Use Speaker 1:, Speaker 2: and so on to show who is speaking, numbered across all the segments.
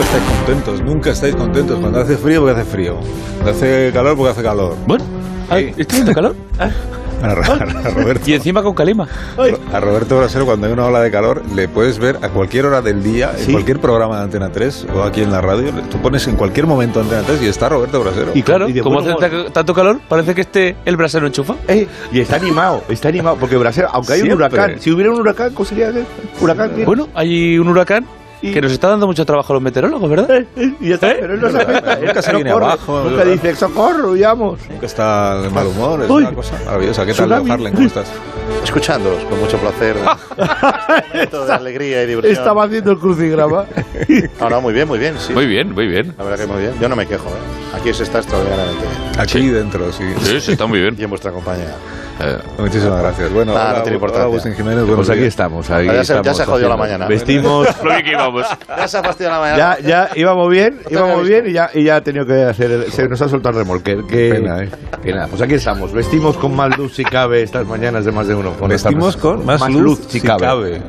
Speaker 1: estáis contentos, nunca estáis contentos. Cuando hace frío, porque hace frío. Cuando hace calor, porque hace calor.
Speaker 2: Bueno, ay, ¿está haciendo calor?
Speaker 1: A, Ro- a Roberto,
Speaker 2: Y encima con calima.
Speaker 1: a Roberto Brasero, cuando hay una ola de calor, le puedes ver a cualquier hora del día, en
Speaker 2: Sí.
Speaker 1: cualquier programa de Antena 3 o aquí en la radio. Tú pones en cualquier momento Antena 3 y está Roberto Brasero.
Speaker 2: Y claro,
Speaker 3: y de
Speaker 2: como
Speaker 3: buen
Speaker 2: hace
Speaker 3: humor.
Speaker 2: ta- tanto calor, parece que este el brasero enchufa.
Speaker 3: Eh, y está animado, está animado, porque Brasil, aunque hay un
Speaker 1: Siempre.
Speaker 3: huracán, si hubiera un huracán, ¿cómo sería? aquel? ¿Huracán? qué?
Speaker 2: Bueno, hay un huracán
Speaker 3: Y-
Speaker 2: que nos está dando mucho trabajo a los meteorólogos, ¿verdad?
Speaker 3: Eh, eh, y ya está,
Speaker 2: ¿Eh?
Speaker 3: pero él no se
Speaker 1: Nunca
Speaker 3: afecta, él
Speaker 1: se
Speaker 3: no
Speaker 1: viene
Speaker 3: corre,
Speaker 1: abajo,
Speaker 3: Nunca
Speaker 1: ¿verdad?
Speaker 3: dice, socorro, huyamos.
Speaker 1: Nunca está de mal humor, es
Speaker 3: Uy.
Speaker 1: una cosa maravillosa. ¿Qué tal,
Speaker 3: Tsunami.
Speaker 1: Leo Harlem? ¿Cómo estás?
Speaker 4: Escuchándoos con mucho placer. Todo de alegría y diversión.
Speaker 3: Estaba haciendo el crucigrama.
Speaker 4: No, no, muy bien, muy bien, sí.
Speaker 5: Muy bien, muy bien.
Speaker 4: La verdad que muy bien. Yo no me quejo, ¿eh? Aquí se está extraordinariamente bien.
Speaker 1: Aquí dentro, sí.
Speaker 5: Sí, sí, está muy bien.
Speaker 4: Y en vuestra compañía.
Speaker 5: Eh,
Speaker 1: Muchísimas gracias. Bueno,
Speaker 4: Nada,
Speaker 1: hola,
Speaker 4: no tiene
Speaker 1: hola,
Speaker 4: importancia.
Speaker 1: Agustín Jiménez, buenos
Speaker 3: Pues aquí
Speaker 1: días.
Speaker 3: estamos, ahí
Speaker 4: Ya se- ya se ha
Speaker 3: estamos.
Speaker 4: jodido
Speaker 3: haciendo-
Speaker 4: la mañana.
Speaker 3: Vestimos,
Speaker 5: lo bien que íbamos.
Speaker 4: Ya se ha fastidiado la mañana.
Speaker 3: ya, ya íbamos bien,
Speaker 4: te
Speaker 3: íbamos
Speaker 4: había
Speaker 3: bien y ya, y ya ha tenido que hacer, el- se nos ha soltado el remolque. Que,
Speaker 1: Pena, ¿eh?
Speaker 3: que nada, pues aquí estamos, vestimos con más luz si cabe estas mañanas de más de uno.
Speaker 1: Vestimos
Speaker 3: esta-
Speaker 1: con más, luz, si cabe.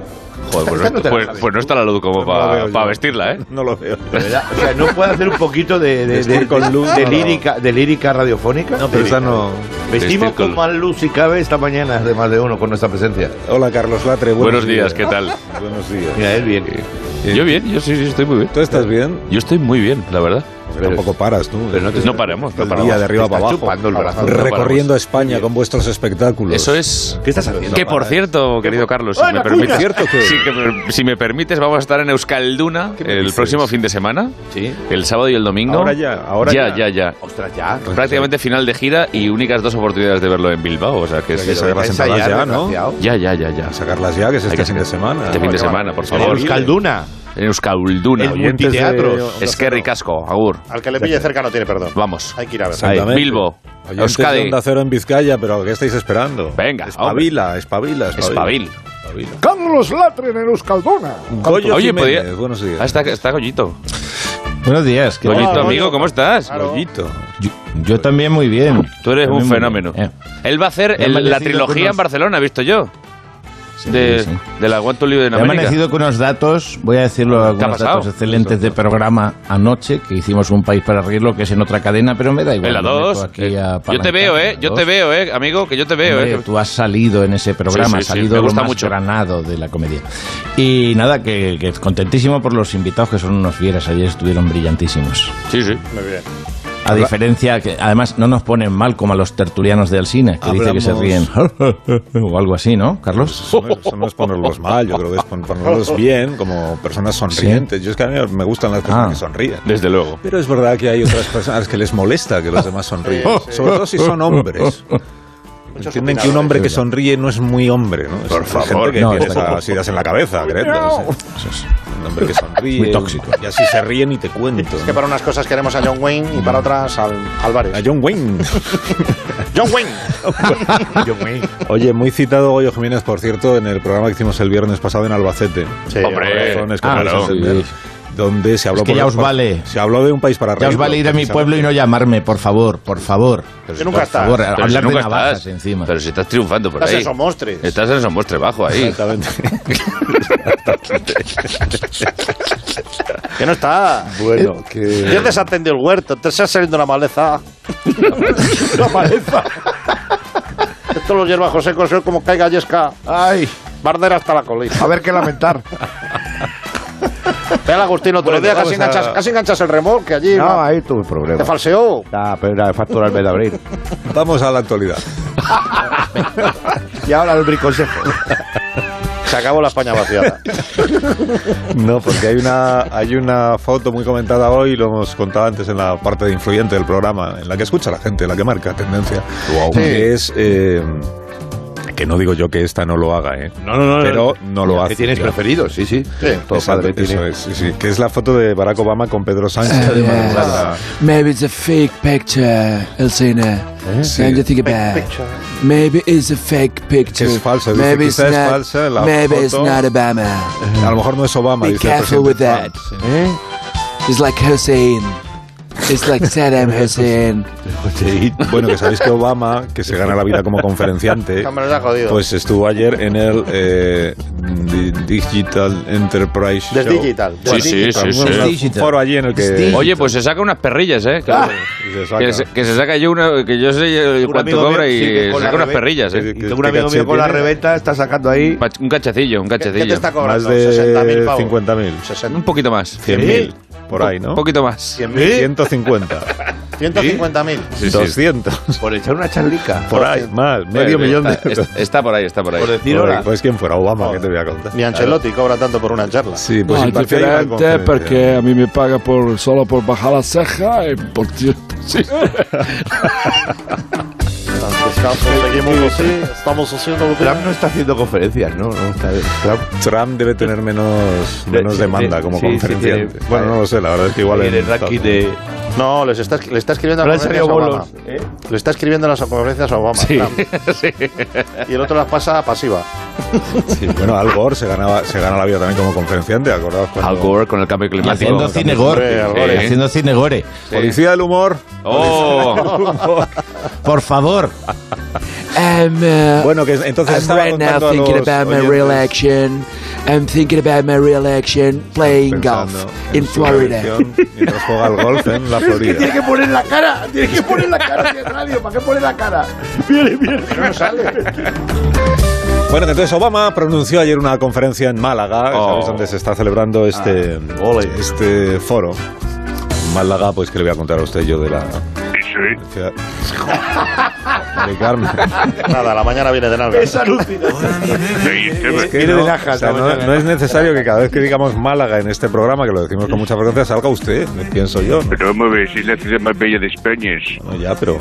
Speaker 5: Joder, pues,
Speaker 3: Esta no
Speaker 5: no,
Speaker 3: te la
Speaker 5: pues-
Speaker 3: sabes
Speaker 5: pues no está la luz como
Speaker 1: la
Speaker 5: para
Speaker 1: veo yo.
Speaker 5: vestirla, ¿eh?
Speaker 1: No lo veo.
Speaker 3: De verdad, o sea, no puede hacer un poquito de, de,
Speaker 1: Vestir
Speaker 3: de-
Speaker 1: con luz,
Speaker 3: de
Speaker 1: no.
Speaker 3: lírica, de lírica radiofónica.
Speaker 1: No, pero esa no...
Speaker 3: Vestimos
Speaker 5: Vestir con
Speaker 3: con
Speaker 5: luz.
Speaker 3: más luz si cabe esta mañana de más de uno con nuestra presencia.
Speaker 1: Hola, Carlos Latre.
Speaker 5: Buenos días, ¿qué tal?
Speaker 1: Buenos días.
Speaker 3: Mira, él bien.
Speaker 1: Eh,
Speaker 5: Yo bien, yo sí, sí, estoy muy bien.
Speaker 1: ¿Tú estás bien?
Speaker 5: Yo estoy muy bien, la verdad.
Speaker 1: Porque tampoco paras tú.
Speaker 5: No paramos, no
Speaker 1: Todo el
Speaker 5: paramos.
Speaker 1: día de arriba
Speaker 3: Está
Speaker 1: para abajo.
Speaker 3: chupando el brazo.
Speaker 5: No
Speaker 1: Recorriendo España con vuestros espectáculos.
Speaker 5: Eso es.
Speaker 3: ¿Qué estás haciendo?
Speaker 5: Que por cierto, querido Carlos, si
Speaker 3: ¡Hola,
Speaker 5: me
Speaker 3: cuña!
Speaker 5: permites,
Speaker 1: ¿Cierto que?
Speaker 5: Sí, que me- si me permites, vamos a estar en Euskalduna
Speaker 1: ¿Qué me
Speaker 5: el
Speaker 1: dices?
Speaker 5: próximo fin de semana,
Speaker 3: Sí.
Speaker 5: el sábado y el domingo.
Speaker 1: Ahora ya, ahora
Speaker 5: ya,
Speaker 1: ya.
Speaker 5: ya, ya.
Speaker 3: Ostras, ya.
Speaker 5: Prácticamente final de gira y únicas dos oportunidades de verlo en Bilbao, o sea que
Speaker 1: Hay que
Speaker 5: es-
Speaker 1: saber las
Speaker 3: Ensayar,
Speaker 1: entradas ya, ¿no?
Speaker 3: desgraciado.
Speaker 5: ya, ya, ya, ya.
Speaker 1: A sacarlas ya, que es
Speaker 5: Hay
Speaker 1: este
Speaker 5: que
Speaker 1: fin de
Speaker 5: hacer-
Speaker 1: semana.
Speaker 5: Este fin de semana, por favor.
Speaker 3: Euskalduna.
Speaker 5: En Euskalduna.
Speaker 3: El
Speaker 5: Oyentes de-
Speaker 3: multiteatro.
Speaker 5: Es que ricasco, Agur.
Speaker 4: Al que le pille cerca no tiene perdón.
Speaker 5: Vamos.
Speaker 4: Hay que ir a ver.
Speaker 1: Exactamente.
Speaker 5: Bilbo,
Speaker 1: Oyentes de
Speaker 5: Euskadi,
Speaker 1: Onda Cero en Vizcaya, pero ¿qué estáis esperando?
Speaker 5: Venga,
Speaker 1: Espabila, espabila, espabila.
Speaker 5: Espabil.
Speaker 3: Carlos Latre en Euskalduna.
Speaker 1: Goyo
Speaker 5: Oye,
Speaker 1: Jiménez,
Speaker 5: podía-
Speaker 1: buenos días.
Speaker 5: Ah, está, está Goyito.
Speaker 6: Buenos días. ¿qué
Speaker 5: Goyito,
Speaker 4: Goyo.
Speaker 5: amigo, ¿cómo estás?
Speaker 4: Claro.
Speaker 1: Goyito.
Speaker 6: tal? Yo, yo también muy bien.
Speaker 5: Tú eres
Speaker 6: También
Speaker 5: un
Speaker 6: muy
Speaker 5: fenómeno.
Speaker 6: bien. Eh,
Speaker 5: Él va a hacer
Speaker 6: He
Speaker 5: el- la
Speaker 6: amanecido con
Speaker 5: trilogía
Speaker 6: unos-
Speaker 5: en Barcelona, he visto yo.
Speaker 6: sí,
Speaker 5: de,
Speaker 6: sí, sí.
Speaker 5: de la One to Live en
Speaker 6: He
Speaker 5: América.
Speaker 6: amanecido con unos datos, voy a decirlo, algunos
Speaker 5: pasado?
Speaker 6: datos excelentes de programa anoche, que hicimos un país para reírlo, que es en otra cadena, pero me da igual.
Speaker 5: En la
Speaker 6: me meto
Speaker 5: 2.
Speaker 6: aquí a
Speaker 5: Yo te
Speaker 6: apalancar
Speaker 5: veo,
Speaker 6: en
Speaker 5: eh.
Speaker 6: la
Speaker 5: Yo
Speaker 6: dos.
Speaker 5: te veo, eh. Amigo, que yo te veo,
Speaker 6: Hombre,
Speaker 5: eh.
Speaker 6: Tú has salido en ese
Speaker 5: Sí, sí,
Speaker 6: programa, has
Speaker 5: sí,
Speaker 6: salido
Speaker 5: me
Speaker 6: lo
Speaker 5: gusta
Speaker 6: más
Speaker 5: mucho.
Speaker 6: granado de la comedia. Y nada, que, que contentísimo por los invitados, que son unos fieras, ayer estuvieron brillantísimos.
Speaker 5: Sí, sí.
Speaker 4: Muy bien.
Speaker 6: A diferencia, que además no nos ponen mal como a los tertulianos de Alsina, que dice que se ríen o algo así, ¿no, Carlos?
Speaker 1: Eso no, eso no es ponerlos mal, yo creo que es pon- ponerlos bien, como personas sonrientes. Yo es que a mí me gustan las personas
Speaker 6: Ah.
Speaker 1: que sonríen.
Speaker 5: Desde luego.
Speaker 1: Pero es verdad que hay otras personas que les molesta que los demás sonríen, sobre todo si son hombres. Entienden que un hombre que sonríe no es muy hombre, ¿no? Por
Speaker 5: favor.
Speaker 1: gente que
Speaker 6: No,
Speaker 1: tiene
Speaker 6: está claro.
Speaker 1: esas ideas en la cabeza, creo. no sé. Un hombre que sonríe.
Speaker 6: Muy tóxico.
Speaker 1: Y así se ríe ni te cuento.
Speaker 4: Es que para unas cosas queremos a John Wayne y para otras al Álvarez.
Speaker 1: A John Wayne.
Speaker 4: John Wayne.
Speaker 1: Oye, muy citado Goyo Jiménez, por cierto, en el programa que hicimos el viernes pasado en Albacete.
Speaker 4: Sí,
Speaker 5: Hombre.
Speaker 1: Corazones, con
Speaker 6: Ah,
Speaker 1: Luis
Speaker 5: claro.
Speaker 1: Santander, Donde se habló
Speaker 6: Es que
Speaker 1: por
Speaker 6: ya
Speaker 1: los-
Speaker 6: os vale.
Speaker 1: Se habló de un país
Speaker 5: Pues
Speaker 1: para
Speaker 6: Ya os
Speaker 1: reírlo,
Speaker 6: vale ir a mi
Speaker 1: precisamente.
Speaker 6: pueblo y no llamarme, por favor, por favor.
Speaker 4: Que nunca
Speaker 6: por
Speaker 4: estás.
Speaker 6: favor,
Speaker 5: Pero si
Speaker 6: hablar de
Speaker 5: nunca
Speaker 6: navajas
Speaker 5: estás,
Speaker 6: encima.
Speaker 5: Pero si estás triunfando por
Speaker 4: Estás en
Speaker 5: ahí.
Speaker 4: Somostres.
Speaker 5: Estás en Somostre bajo ahí.
Speaker 1: Exactamente.
Speaker 4: Que no está. Eh,
Speaker 3: Bueno, que.
Speaker 4: Ya te has atendido el huerto, te está saliendo la maleza.
Speaker 3: La maleza.
Speaker 4: Estos los hierbajos secos son como caiga yesca.
Speaker 3: Ay,
Speaker 4: Barder hasta la colina.
Speaker 3: a ver qué lamentar.
Speaker 4: Ve al Agustín otro
Speaker 1: Bueno,
Speaker 4: día,
Speaker 1: vamos
Speaker 4: casi
Speaker 1: a-
Speaker 4: enganchas, casi enganchas el remolque allí.
Speaker 3: No,
Speaker 4: va.
Speaker 3: ahí tuve
Speaker 4: Te
Speaker 3: problemas.
Speaker 4: falseó.
Speaker 3: Ah, pero era facturarme de abril.
Speaker 1: Vamos a la actualidad.
Speaker 3: Y ahora el briconsejo.
Speaker 4: Se acabó la España vaciada. Este
Speaker 1: No, porque hay una, hay una foto muy comentada hoy, lo hemos contado antes en la parte de influyente del programa, en la que escucha la gente, la que marca tendencia, que es eh, Que no digo yo que esta no lo haga, ¿eh?
Speaker 7: No, no, no.
Speaker 1: Pero no lo hace.
Speaker 7: Que tienes
Speaker 1: claro.
Speaker 7: preferido, sí, sí.
Speaker 4: Sí.
Speaker 7: Todo
Speaker 1: Exacto,
Speaker 7: padre
Speaker 1: eso
Speaker 7: tiene.
Speaker 1: es, sí, sí. Que es la foto de Barack Obama con Pedro Sánchez.
Speaker 8: Oh, yes.
Speaker 1: La-
Speaker 8: Maybe it's a fake picture, Elsina.
Speaker 1: Eh, Sí.
Speaker 8: And you think about it. Maybe it's a fake picture.
Speaker 1: Es falsa, dice,
Speaker 8: maybe
Speaker 1: quizá es falsa la
Speaker 8: maybe it's
Speaker 1: foto.
Speaker 8: not Obama.
Speaker 1: A lo mejor no es Obama.
Speaker 8: Be
Speaker 1: dice el
Speaker 8: careful with that.
Speaker 1: presidente Trump, sí.
Speaker 8: It's like Hussein. It's like Saddam Hussein.
Speaker 1: Pues Bueno, que sabéis que Obama, que se gana la vida como conferenciante,
Speaker 4: Hombre, nos ha jodido.
Speaker 1: pues estuvo ayer en el eh, di- Digital Enterprise
Speaker 4: Des
Speaker 1: Show.
Speaker 4: Digital.
Speaker 1: Bueno,
Speaker 9: Sí, sí,
Speaker 1: Digital,
Speaker 9: sí,
Speaker 1: bueno,
Speaker 9: sí.
Speaker 1: un
Speaker 6: Digital.
Speaker 1: foro allí en el que...
Speaker 6: Digital.
Speaker 9: Oye, pues se saca unas perrillas, ¿eh? Claro.
Speaker 1: y se saca.
Speaker 9: Que, se, que se saca yo una, que yo sé eh,
Speaker 7: Un
Speaker 9: cuánto
Speaker 7: amigo mío,
Speaker 9: cobra
Speaker 7: sí, que
Speaker 9: y
Speaker 7: con
Speaker 9: se
Speaker 7: la
Speaker 9: saca unas
Speaker 7: reventa-
Speaker 9: perrillas,
Speaker 1: Sí,
Speaker 9: ¿eh?
Speaker 1: sí.
Speaker 7: Y un amigo mío con la
Speaker 1: ¿Qué caché
Speaker 7: reventa está sacando ahí.
Speaker 9: Pach- Un cachecillo, un
Speaker 4: ¿Qué, qué te
Speaker 9: cachecillo.
Speaker 4: está
Speaker 1: Más
Speaker 4: cobrando?
Speaker 1: de
Speaker 4: 60.000 pavos.
Speaker 1: 50.000.
Speaker 9: Un poquito más.
Speaker 1: 100.000, por ahí, ¿no?
Speaker 9: Un poquito más.
Speaker 4: 100.000.
Speaker 1: 150.
Speaker 4: 150.000.
Speaker 9: Sí, sí.
Speaker 1: 200.
Speaker 7: Por echar una charlica.
Speaker 1: Por ahí, más. Medio
Speaker 9: Bueno,
Speaker 1: millón de...
Speaker 9: está, está- está por ahí, está por ahí.
Speaker 7: Por decir
Speaker 1: Por ahí,
Speaker 7: hola.
Speaker 1: Pues quién fuera Obama, que te voy a contar.
Speaker 4: Ni Ancelotti cobra tanto por una charla.
Speaker 1: Sí, pues
Speaker 8: No,
Speaker 1: si
Speaker 8: es
Speaker 1: partía iba a
Speaker 8: diferente
Speaker 1: conferencia.
Speaker 8: porque a mí me paga por, solo por bajar la ceja y por tiempo. Sí.
Speaker 4: Seguimos así, estamos haciendo lo que...
Speaker 7: Trump no está haciendo conferencias, ¿no? no está Trump
Speaker 1: Trump debe tener menos, menos
Speaker 7: Sí,
Speaker 1: demanda
Speaker 7: sí,
Speaker 1: como
Speaker 7: sí,
Speaker 1: conferenciante.
Speaker 7: sí, tiene-
Speaker 1: bueno, no lo sé, la verdad es que igual
Speaker 7: en el ranking de...
Speaker 4: No, les está, le está escribiendo a
Speaker 7: No le han
Speaker 4: las
Speaker 7: salido
Speaker 4: conferencias a Obama.
Speaker 7: bolos. ¿eh?
Speaker 4: Le está escribiendo las conferencias a Obama. Trump. Y el otro las pasa a pasiva.
Speaker 1: Sí, bueno, Al Gore se, ganaba, se gana la vida también como conferenciante, ¿acordaos? Cuando-
Speaker 9: Al Gore con el cambio climático.
Speaker 6: Haciendo cine gore.
Speaker 4: Hombre,
Speaker 9: gore.
Speaker 6: Haciendo cine gore.
Speaker 1: Policía del humor.
Speaker 9: ¡Oh!
Speaker 6: Por favor.
Speaker 8: I'm, uh,
Speaker 1: Bueno, que entonces
Speaker 8: I'm
Speaker 1: estaba
Speaker 8: right now
Speaker 1: contando a
Speaker 8: thinking
Speaker 1: los
Speaker 8: about my
Speaker 1: oyentes-
Speaker 8: re-election. I'm thinking about my re-election playing golf
Speaker 1: pensando en
Speaker 8: in
Speaker 1: su
Speaker 8: Florida.
Speaker 1: elección Mientras juega al golf en la
Speaker 7: Tiene
Speaker 1: Florida.
Speaker 7: que poner la cara, tiene que poner la cara de radio, ¿para qué poner la cara? Viene, viene.
Speaker 1: Bueno, que entonces Obama pronunció ayer una conferencia en Málaga,
Speaker 9: Oh.
Speaker 1: ¿sabéis dónde se está celebrando este,
Speaker 7: Ah.
Speaker 1: este foro? Málaga, pues que le voy a contar a usted yo de la... ciudad- Mari Carmen.
Speaker 4: Nada, la mañana viene de nalgas.
Speaker 7: Es alucinante.
Speaker 1: Es que
Speaker 7: Viene
Speaker 1: no,
Speaker 7: de Najas,
Speaker 1: o sea,
Speaker 7: la
Speaker 1: no-
Speaker 7: mañana.
Speaker 1: no es necesario que cada vez que digamos Málaga en este programa, que lo decimos con mucha frecuencia, salga usted, pienso yo.
Speaker 10: Pero vamos a ver, si es la ciudad más bella de España. es.
Speaker 1: No, ya, pero...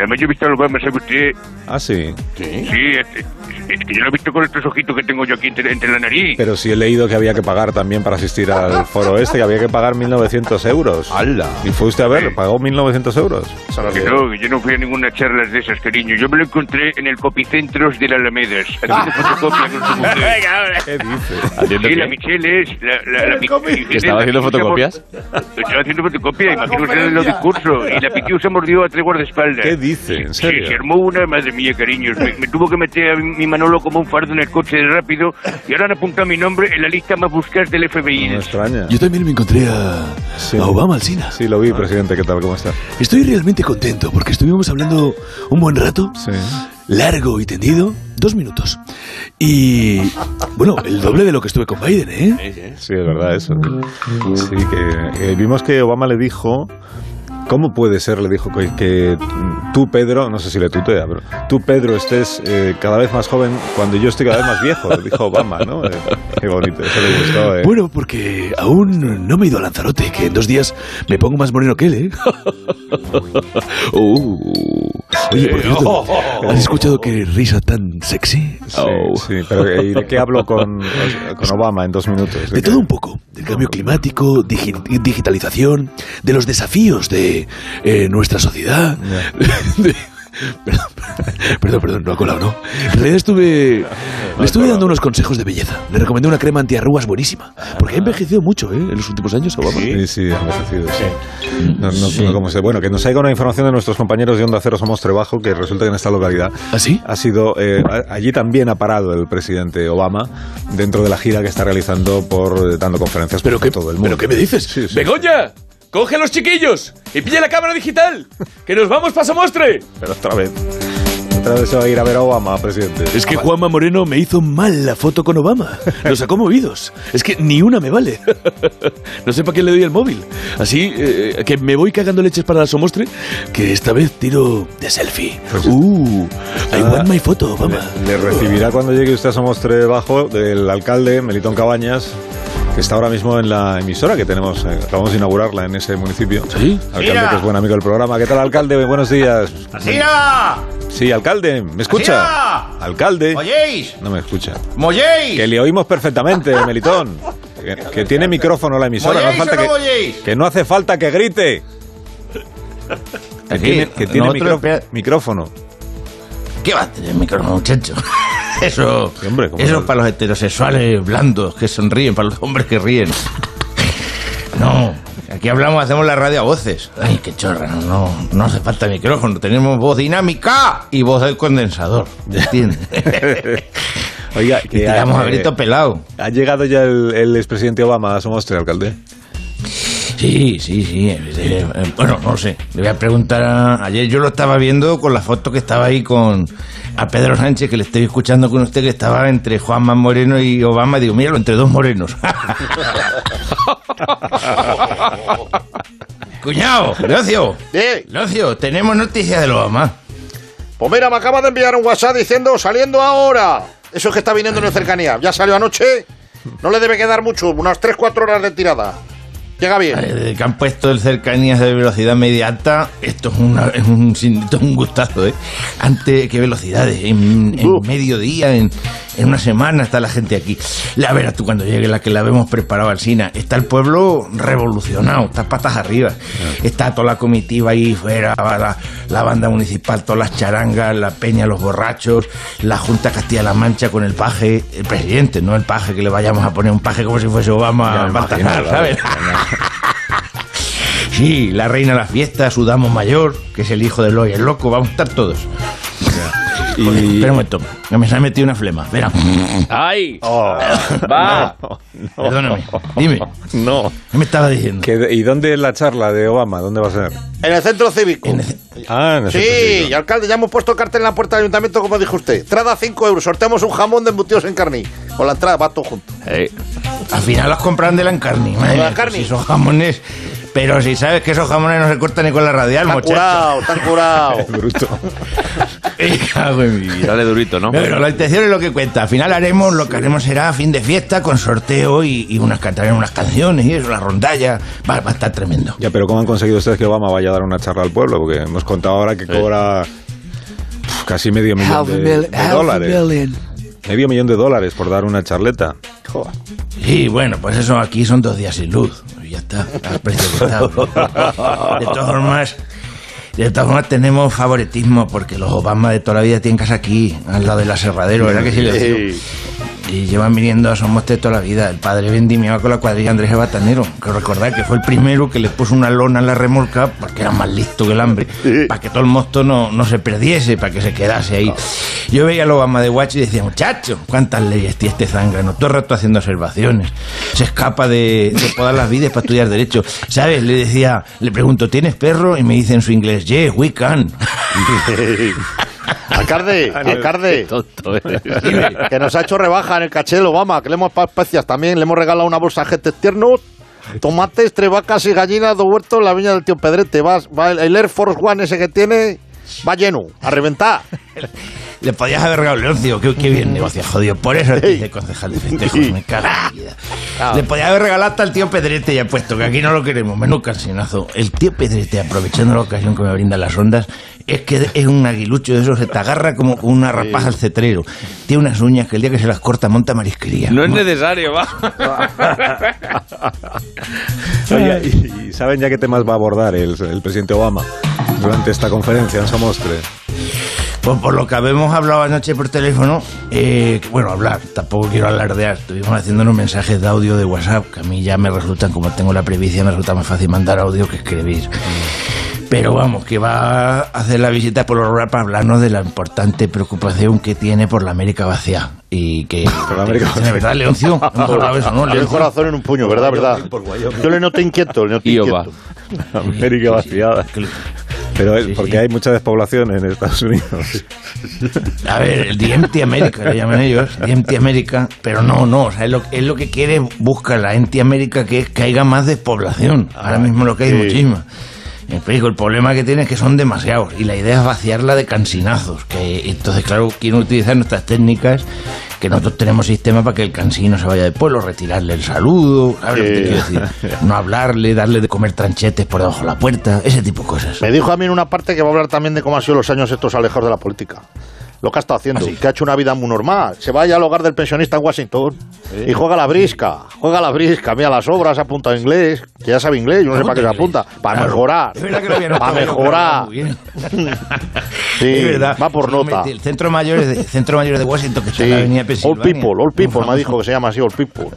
Speaker 10: Además, yo he visto a Obama, ¿sabe usted?
Speaker 1: Ah, sí.
Speaker 10: Sí, es, es- es que yo lo he visto con estos ojitos que tengo yo aquí entre, entre la nariz.
Speaker 1: Pero sí he leído que había que pagar también para asistir al foro este, que había que pagar 1.900 euros.
Speaker 7: ¡Hala!
Speaker 1: Y fue usted a ver, pagó 1.900 euros.
Speaker 10: Que no, que yo no fui a ninguna charla de esas, cariño. Yo me lo encontré en el copicentros de la Alamedas, haciendo fotocopia con su mujer.
Speaker 1: ¿Qué dice?
Speaker 9: ¿Haciendo
Speaker 10: Sí, la
Speaker 9: qué?
Speaker 10: Michelle es... La, la, la, mi-
Speaker 9: ¿Que estaba haciendo fotocopias?
Speaker 10: Estaba haciendo fotocopias, imagino usted los discursos. Y la pitiusa mordió a tres guardaespaldas.
Speaker 1: ¿Qué dice? ¿En serio?
Speaker 10: Sí, se armó una, madre mía, cariños. Me, me tuvo que meter a mi Manolo como un fardo en el coche de rápido y ahora han apuntado mi nombre en la lista más buscada del FBI.
Speaker 1: No extraña.
Speaker 2: Yo también me encontré a,
Speaker 1: Sí.
Speaker 2: a Obama Alsina.
Speaker 1: Sí, lo vi, presidente. ¿Qué tal? ¿Cómo está?
Speaker 2: Estoy realmente contento porque estuvimos hablando un buen rato,
Speaker 1: Sí.
Speaker 2: largo y tendido, dos minutos. Y bueno, el doble de lo que estuve con Biden, ¿eh?
Speaker 1: Sí, es verdad eso. Sí, que eh, vimos que Obama le dijo... ¿Cómo puede ser, le dijo, que, que tú, Pedro, no sé si le tutea, pero tú, Pedro, estés eh, cada vez más joven cuando yo estoy cada vez más viejo, le dijo Obama, ¿no? Eh, qué bonito, eso le gustó. eh.
Speaker 2: Bueno, porque aún no me he ido a Lanzarote, que en dos días me pongo más moreno que él, ¿eh? Uh. Oye, por cierto, ¿has escuchado qué risa tan sexy?
Speaker 1: Sí, sí, pero eh, ¿y de qué hablo con, con Obama en dos minutos?
Speaker 2: De todo un poco, del cambio climático, digi- digitalización, de los desafíos de eh, nuestra sociedad. de- perdón, perdón, perdón, no ha colado, ¿no? En realidad estuve, le estuve dando unos consejos de belleza. Le recomendé una crema antiarrugas buenísima, porque ha envejecido mucho ¿eh? en los últimos años, Obama.
Speaker 1: Sí, sí, envejecido, sí.
Speaker 2: Mm.
Speaker 1: No, no- no como se- bueno, que nos salga una información de nuestros compañeros de Onda Cero Somos Trebajo, que resulta que en esta localidad
Speaker 2: ¿Ah, sí?
Speaker 1: ha sido, eh, a- allí también ha parado el presidente Obama dentro de la gira que está realizando por eh, dando conferencias
Speaker 2: ¿Pero
Speaker 1: por
Speaker 2: qué,
Speaker 1: todo el mundo.
Speaker 2: ¿Pero qué me dices?
Speaker 1: Sí, sí.
Speaker 11: ¡Begoña! ¡Coge a los chiquillos! ¡Y pilla la cámara digital! ¡Que nos vamos paso mostre!
Speaker 1: Pero otra vez. Otra vez se va a ir a ver a Obama, presidente. Ah,
Speaker 2: Es que Juanma Moreno me hizo mal la foto con Obama. Nos sacó movidos. Es que ni una me vale. No sé para qué le doy el móvil. Así eh, que me voy cagando leches para la somostre, que esta vez tiro de selfie.
Speaker 1: pues
Speaker 2: Uh, I want my photo, Obama.
Speaker 1: Le recibirá cuando llegue usted a Somos Trebajo el alcalde Melitón Cabañas, que está ahora mismo en la emisora que tenemos, eh, acabamos de inaugurarla en ese municipio.
Speaker 2: ¿Sí?
Speaker 1: Alcalde,
Speaker 12: Mira.
Speaker 1: que es buen amigo del programa. ¿Qué tal, alcalde? Buenos días.
Speaker 12: ¡Asira!
Speaker 1: Sí, alcalde, ¿me escucha?
Speaker 12: Mira.
Speaker 1: Alcalde.
Speaker 12: ¿Oyéis?
Speaker 1: No me escucha.
Speaker 12: ¿Molléis?
Speaker 1: Que le oímos perfectamente, Melitón. Que, que tiene micrófono la emisora. No, hace
Speaker 12: ¿Molléis o
Speaker 1: falta
Speaker 12: no
Speaker 1: que,
Speaker 12: molléis?
Speaker 1: que no hace falta que grite. Que
Speaker 6: Aquí,
Speaker 1: tiene, que tiene
Speaker 6: nosotros-
Speaker 1: micro- micrófono.
Speaker 6: ¿Qué va a tener micrófono, muchacho? Eso,
Speaker 1: Sí, hombre, como
Speaker 6: eso
Speaker 1: no.
Speaker 6: es para los heterosexuales blandos que sonríen, para los hombres que ríen. No, aquí hablamos, hacemos la radio a voces. Ay, qué chorra, no, no, no hace falta micrófono, tenemos voz dinámica y voz del condensador, ¿entiendes?
Speaker 1: Oiga,
Speaker 6: y tiramos a
Speaker 1: eh,
Speaker 6: grito pelado.
Speaker 1: ha llegado ya el, el expresidente Obama a su mostre, alcalde.
Speaker 6: Sí, sí, sí. eh, eh, eh, Bueno, no sé. Le voy a preguntar a... Ayer yo lo estaba viendo con la foto que estaba ahí con... A Pedro Sánchez, que le estoy escuchando con usted, que estaba entre Juanma Moreno y Obama. Digo, míralo, entre dos morenos. Cuñado, Leocio.
Speaker 4: Eh,
Speaker 6: Leocio, tenemos noticias de Obama.
Speaker 4: pues mira, me acaba de enviar un WhatsApp diciendo saliendo ahora. Eso es que está viniendo en la cercanía. Ya salió anoche. No le debe quedar mucho, unas 3-4 horas de tirada. Llega bien.
Speaker 6: Eh, que han puesto el cercanías de velocidad media alta, esto es, una- es un, sin- esto es un gustazo, ¿eh? Antes, qué velocidades, en, en mediodía, en, en una semana está la gente aquí. La verás tú cuando llegue la que la vemos preparada al Sina. Está el pueblo revolucionado, está patas arriba.
Speaker 1: Ah.
Speaker 6: Está toda la comitiva ahí fuera, va la, la banda municipal, todas las charangas, la peña, los borrachos, la Junta Castilla-La Mancha con el paje, el presidente, no el paje que le vayamos a poner un paje como si fuese Obama,
Speaker 1: me
Speaker 6: Baltasar,
Speaker 1: imagino,
Speaker 6: ¿sabes? Sí, la reina de la fiesta, su damo mayor, que es el hijo de Eloy, el loco, vamos a estar todos.
Speaker 1: Y-
Speaker 6: Espera un momento, que me se ha metido una flema. Espera,
Speaker 9: ¡Ay!
Speaker 6: va. Perdóname, dime.
Speaker 1: No.
Speaker 6: ¿Qué me estaba diciendo?
Speaker 1: ¿Qué- ¿Y dónde es la charla de Obama? ¿Dónde va a ser?
Speaker 4: En el centro cívico.
Speaker 1: Ah, no
Speaker 4: Sí, y alcalde, ya hemos puesto cartel en la puerta del ayuntamiento, como dijo usted. Trada 5 euros, sorteamos un jamón de embutidos en carne. Con la entrada, va todo junto.
Speaker 9: Eh,
Speaker 6: Al final los compran de la carne. madre
Speaker 4: la
Speaker 6: mía,
Speaker 4: carne.
Speaker 6: Si son jamones. Pero si sabes que esos jamones no se cortan ni con la radial,
Speaker 4: Están
Speaker 6: muchacho.
Speaker 4: curado, están curado.
Speaker 1: Bruto.
Speaker 6: Me cago en mi vida.
Speaker 9: dale durito, ¿no?
Speaker 6: Pero la intención es lo que cuenta. Al final haremos, lo que haremos será fin de fiesta con sorteo y, y unas cantaremos unas canciones y eso, la rondalla. Va, va a estar tremendo.
Speaker 1: Ya, pero ¿cómo han conseguido ustedes que Obama vaya a dar una charla al pueblo? Porque hemos contado ahora que cobra pf, casi medio millón
Speaker 8: Half a,
Speaker 1: de,
Speaker 8: mil-
Speaker 1: de
Speaker 8: half a
Speaker 1: dólares.
Speaker 8: million.
Speaker 1: Medio millón de dólares por dar una charleta.
Speaker 6: Sí, bueno, pues eso aquí son dos días sin luz. Y Ya está, al precio que está. De todas formas, de todas formas tenemos favoritismo porque los Obama de toda la vida tienen casa aquí, al lado del aserradero, ¿verdad que sí? Leocio? Y llevan viniendo a Somoste toda la vida. El padre vendimiaba con la cuadrilla Andrés Batanero. Que recordar que fue el primero que le puso una lona en la remolca porque era más listo que el hambre. Para que todo el mosto no, no se perdiese, para que se quedase ahí. Yo veía al Obama de Guacho y decía, muchacho, cuántas leyes tiene este zángano. Todo el rato haciendo observaciones. Se escapa de, de todas las vidas para estudiar Derecho. ¿Sabes? Le decía, le pregunto, ¿tienes perro? Y me dice en su inglés, yes, we can.
Speaker 4: Alcalde, alcalde,
Speaker 9: Tonto eh. eres.
Speaker 4: que nos ha hecho rebaja en el caché del Obama, que le hemos pagado especias también, le hemos regalado una bolsa de gestes tiernos, tomates, tres vacas y gallinas, dos huertos, la viña del tío Pedrete. Va, va el- el Air Force One ese que tiene, va lleno, a reventar.
Speaker 6: Le podías haber regalado Leoncio, qué, qué bien negocio, jodido. Por eso te hice concejal de festejos, me cago en la vida. Le podías haber regalado hasta al tío Pedrete, ya puesto que aquí no lo queremos, menú cansinazo. El tío Pedrete, aprovechando la ocasión que me brindan las ondas, es que es un aguilucho de esos, se te agarra como con una rapaja al cetrero. Tiene unas uñas que el día que se las corta monta marisquería.
Speaker 9: No es necesario, va.
Speaker 1: Oye, y, y saben ya qué temas va a abordar el, el presidente Obama durante esta conferencia en Somostre?
Speaker 6: Pues por lo que habíamos hablado anoche por teléfono, eh, que- bueno, hablar, tampoco quiero alardear. Estuvimos haciéndonos mensajes de audio de WhatsApp, que a mí ya me resultan, como tengo la previsión, me resulta más fácil mandar audio que escribir. Pero vamos, que va a hacer la visita por Aurora para hablarnos de la importante preocupación que tiene por la América vacía. Y que.
Speaker 1: Por la América
Speaker 6: ¿De verdad, Leoncio? Hemos hablado de Ah, eso, ¿no, Ah,
Speaker 4: Abre el
Speaker 6: Leoncio?
Speaker 4: corazón en un puño, ¿verdad? verdad? Yo le noto inquieto, le noto
Speaker 9: Y Oba.
Speaker 4: inquieto.
Speaker 1: América vaciada. Pero es porque hay mucha despoblación en Estados Unidos.
Speaker 6: A ver, el DMT América, le llaman ellos, DMT América, pero no, no, o sea, es lo, es lo que quiere, busca la Enti América, que es que haya más despoblación, ahora mismo lo que hay es muchísima. Me explico, el problema que tiene es que son demasiados y la idea es vaciarla de cansinazos, que entonces, claro, quieren utilizar nuestras técnicas que nosotros tenemos sistema para que el cansino se vaya del pueblo, retirarle el saludo, ¿sabes lo que te quiero decir? no hablarle, darle de comer tranchetes por debajo de la puerta, ese tipo de cosas.
Speaker 4: Me dijo a mí en una parte que va a hablar también de cómo han sido los años estos alejados de la política. Lo que ha estado
Speaker 6: Ah,
Speaker 4: haciendo, que ha hecho una vida muy normal. Se vaya al hogar del pensionista en Washington y juega a la brisca. Juega a la brisca, mira las obras, apunta a inglés, que ya sabe inglés, yo no sé para qué se apunta. Para
Speaker 6: Claro.
Speaker 4: mejorar.
Speaker 6: Es verdad que lo había
Speaker 4: Para
Speaker 6: notado, pero
Speaker 4: mejorar.
Speaker 6: muy bien.
Speaker 4: Sí,
Speaker 6: Es verdad.
Speaker 4: va por
Speaker 6: Sí,
Speaker 4: nota.
Speaker 6: El centro mayor de, el centro mayor de Washington, que está
Speaker 4: Sí.
Speaker 6: en la avenida
Speaker 4: Old
Speaker 6: Pensilvania.
Speaker 4: People, Old People, me
Speaker 6: Famoso.
Speaker 4: dijo que se llama así, Old People.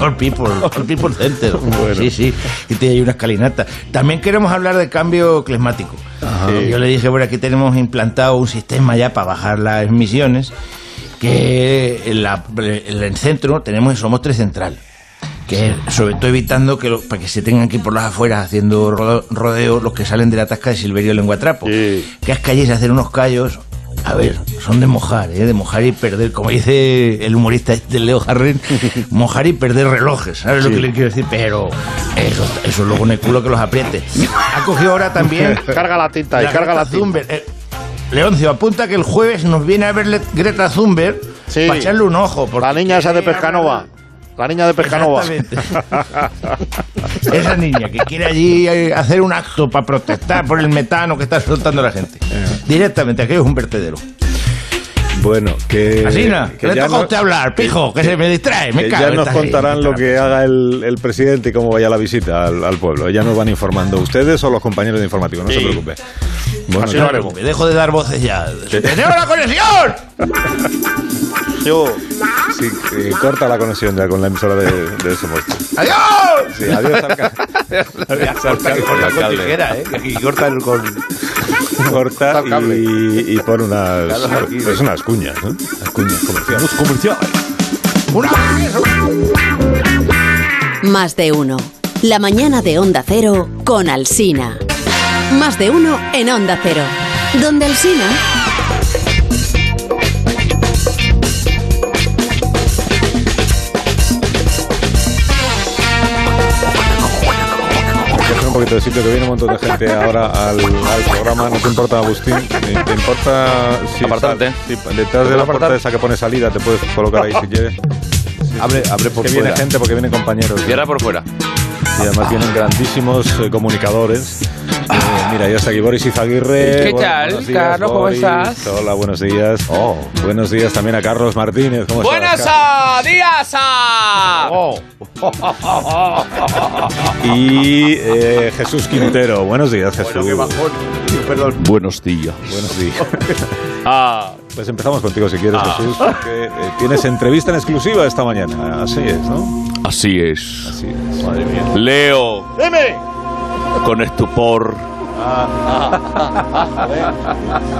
Speaker 6: All People, All People Center. Sí, sí, y tiene ahí una escalinata. También queremos hablar de cambio climático. Yo le dije, bueno, aquí tenemos implantado un sistema ya para bajar las emisiones, que en, la- en el centro tenemos somos tres centrales. Que es, sobre todo evitando que lo- para que se tengan que ir por las afueras haciendo rodo- rodeos los que salen de la tasca de Silverio Lenguatrapo.
Speaker 4: Sí.
Speaker 6: Que las calles hacen unos callos. A ver, son de mojar, ¿eh? de mojar y perder, como dice el humorista este Leo Harren, mojar y perder relojes, ¿sabes lo que le quiero decir? Pero eso, eso luego en el culo que los apriete. Ha cogido ahora también
Speaker 4: Carga la tinta y carga
Speaker 6: Greta
Speaker 4: la tinta.
Speaker 6: Thunberg. Eh, Leoncio, apunta que el jueves nos viene a ver Le- Greta Thunberg
Speaker 4: Sí.
Speaker 6: para echarle un ojo. porque
Speaker 4: La niña esa de
Speaker 6: quiere
Speaker 4: Pescanova.
Speaker 6: hablar-
Speaker 4: La niña de Pescanova.
Speaker 6: Exactamente. Esa niña que quiere allí eh, hacer un acto para protestar por el metano que está soltando la gente.
Speaker 1: Eh.
Speaker 6: Directamente, aquello es un vertedero.
Speaker 1: Bueno, que.
Speaker 6: Asina,
Speaker 1: que
Speaker 6: le
Speaker 1: ya
Speaker 6: toca a
Speaker 1: no-
Speaker 6: usted hablar, pijo, que, se me distrae, me
Speaker 1: que
Speaker 6: cago
Speaker 1: Eh, ya
Speaker 6: en
Speaker 1: nos
Speaker 6: esta gente,
Speaker 1: contarán lo que haga el, el presidente y cómo vaya la visita al, al pueblo. Ya nos van informando ustedes o los compañeros de informativo, no se preocupe. Bueno,
Speaker 4: Así
Speaker 1: ya-
Speaker 4: lo haremos.
Speaker 6: Me dejo de dar voces ya. ¡Tenemos la conexión!
Speaker 4: Yo,
Speaker 1: sí, eh, corta la conexión ya con la emisora de, de Somos.
Speaker 6: ¡Adiós!
Speaker 1: Sí, adiós, alca- adiós, alcalde.
Speaker 6: Corta con
Speaker 1: Alcalde.
Speaker 6: tijera, ¿eh? Y corta el con...
Speaker 1: Corta
Speaker 4: el cable.
Speaker 1: y, y pon unas, pues unas cuñas, ¿no? Las cuñas comerciales.
Speaker 12: Más de uno. La mañana de Onda Cero con Alsina. Más de uno en Onda Cero. Donde Alsina.
Speaker 1: Voy a hacer un poquito de sitio que viene un montón de gente ahora al, al programa. ¿No te importa, Agustín? ¿Te, te importa si
Speaker 9: Apartarte.
Speaker 1: sí, detrás de la puerta esa que pone salida te puedes colocar ahí si quieres?
Speaker 2: Abre, abre por
Speaker 1: que
Speaker 2: fuera.
Speaker 1: viene gente porque vienen compañeros.
Speaker 9: Cierra por fuera.
Speaker 1: Y además vienen grandísimos eh, comunicadores. Eh, mira, ya está aquí Boris Izaguirre.
Speaker 13: ¿Qué
Speaker 1: Bu-
Speaker 13: tal,
Speaker 1: buenos días,
Speaker 13: Carlos? ¿Cómo
Speaker 1: Boris.
Speaker 13: estás?
Speaker 1: Hola, buenos días.
Speaker 9: Oh.
Speaker 1: Buenos días también a Carlos Martínez. ¿Cómo estás,
Speaker 13: ¡Buenas
Speaker 1: Carlos?
Speaker 13: a- días! a- ah.
Speaker 1: Y eh, Jesús Quintero. Buenos días, Jesús.
Speaker 9: Buenos días.
Speaker 1: Buenos días. Pues empezamos contigo si quieres, Jesús, porque eh, tienes entrevista en exclusiva esta mañana. Así es, ¿no?
Speaker 9: Así es.
Speaker 1: Así es. Madre mía.
Speaker 9: Leo
Speaker 4: dime.
Speaker 9: con estupor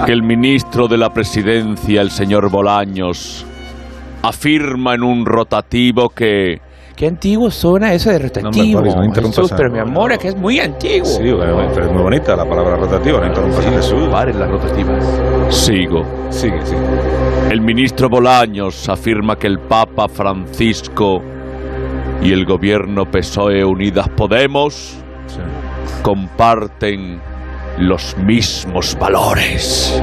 Speaker 9: que el ministro de la Presidencia, el señor Bolaños, afirma en un rotativo que
Speaker 13: Qué antiguo suena eso de rotativo.
Speaker 1: Boris, no interrumpas
Speaker 13: Jesús,
Speaker 1: a-
Speaker 13: pero mi amor, es que es muy antiguo.
Speaker 1: Sí, bueno, pero es muy bonita la palabra rotativa, no interrumpas a Jesús.
Speaker 2: las rotativas.
Speaker 9: sigo.
Speaker 1: Sigue, sigue.
Speaker 9: El ministro Bolaños afirma que el Papa Francisco y el gobierno PSOE E Unidas Podemos
Speaker 1: Sí.
Speaker 9: comparten los mismos valores.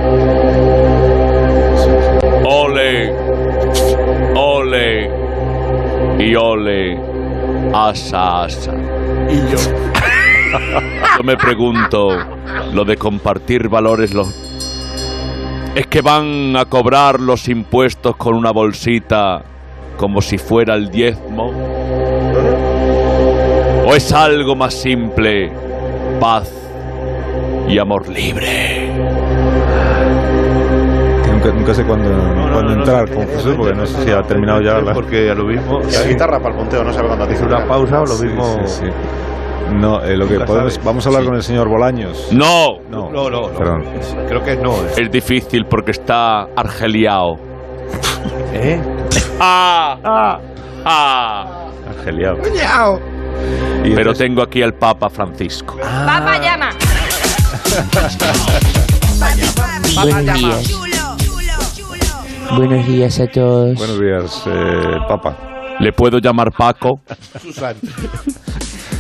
Speaker 9: Ole, ole y ole, asa, asa. Y yo. Yo me pregunto, lo de compartir valores, lo- es que van a cobrar los impuestos con una bolsita como si fuera el diezmo. ¿Eh? ¿O es algo más simple? Paz y amor libre.
Speaker 1: Que Nunca, nunca sé cuándo, cuándo entrar con Jesús, porque no sé si ha terminado ya la...
Speaker 2: Porque a lo mismo.
Speaker 4: La guitarra para el punteo, no sabe cuándo dice una pausa.
Speaker 2: o
Speaker 1: Sí, sí, sí. No, eh, lo que podemos... Vamos a hablar con el señor Bolaños.
Speaker 9: No,
Speaker 1: No, no, no. Perdón.
Speaker 2: Creo que no. eh.
Speaker 9: es difícil porque está argeliao.
Speaker 2: ¿Eh?
Speaker 9: Ah, ah.
Speaker 1: Argeliao. Y
Speaker 9: Pero
Speaker 1: entonces-
Speaker 9: tengo aquí al Papa Francisco.
Speaker 12: Papa llama.
Speaker 13: Buenos días. Buenos días a todos.
Speaker 1: Buenos días, eh, Papa.
Speaker 9: ¿Le puedo llamar Paco?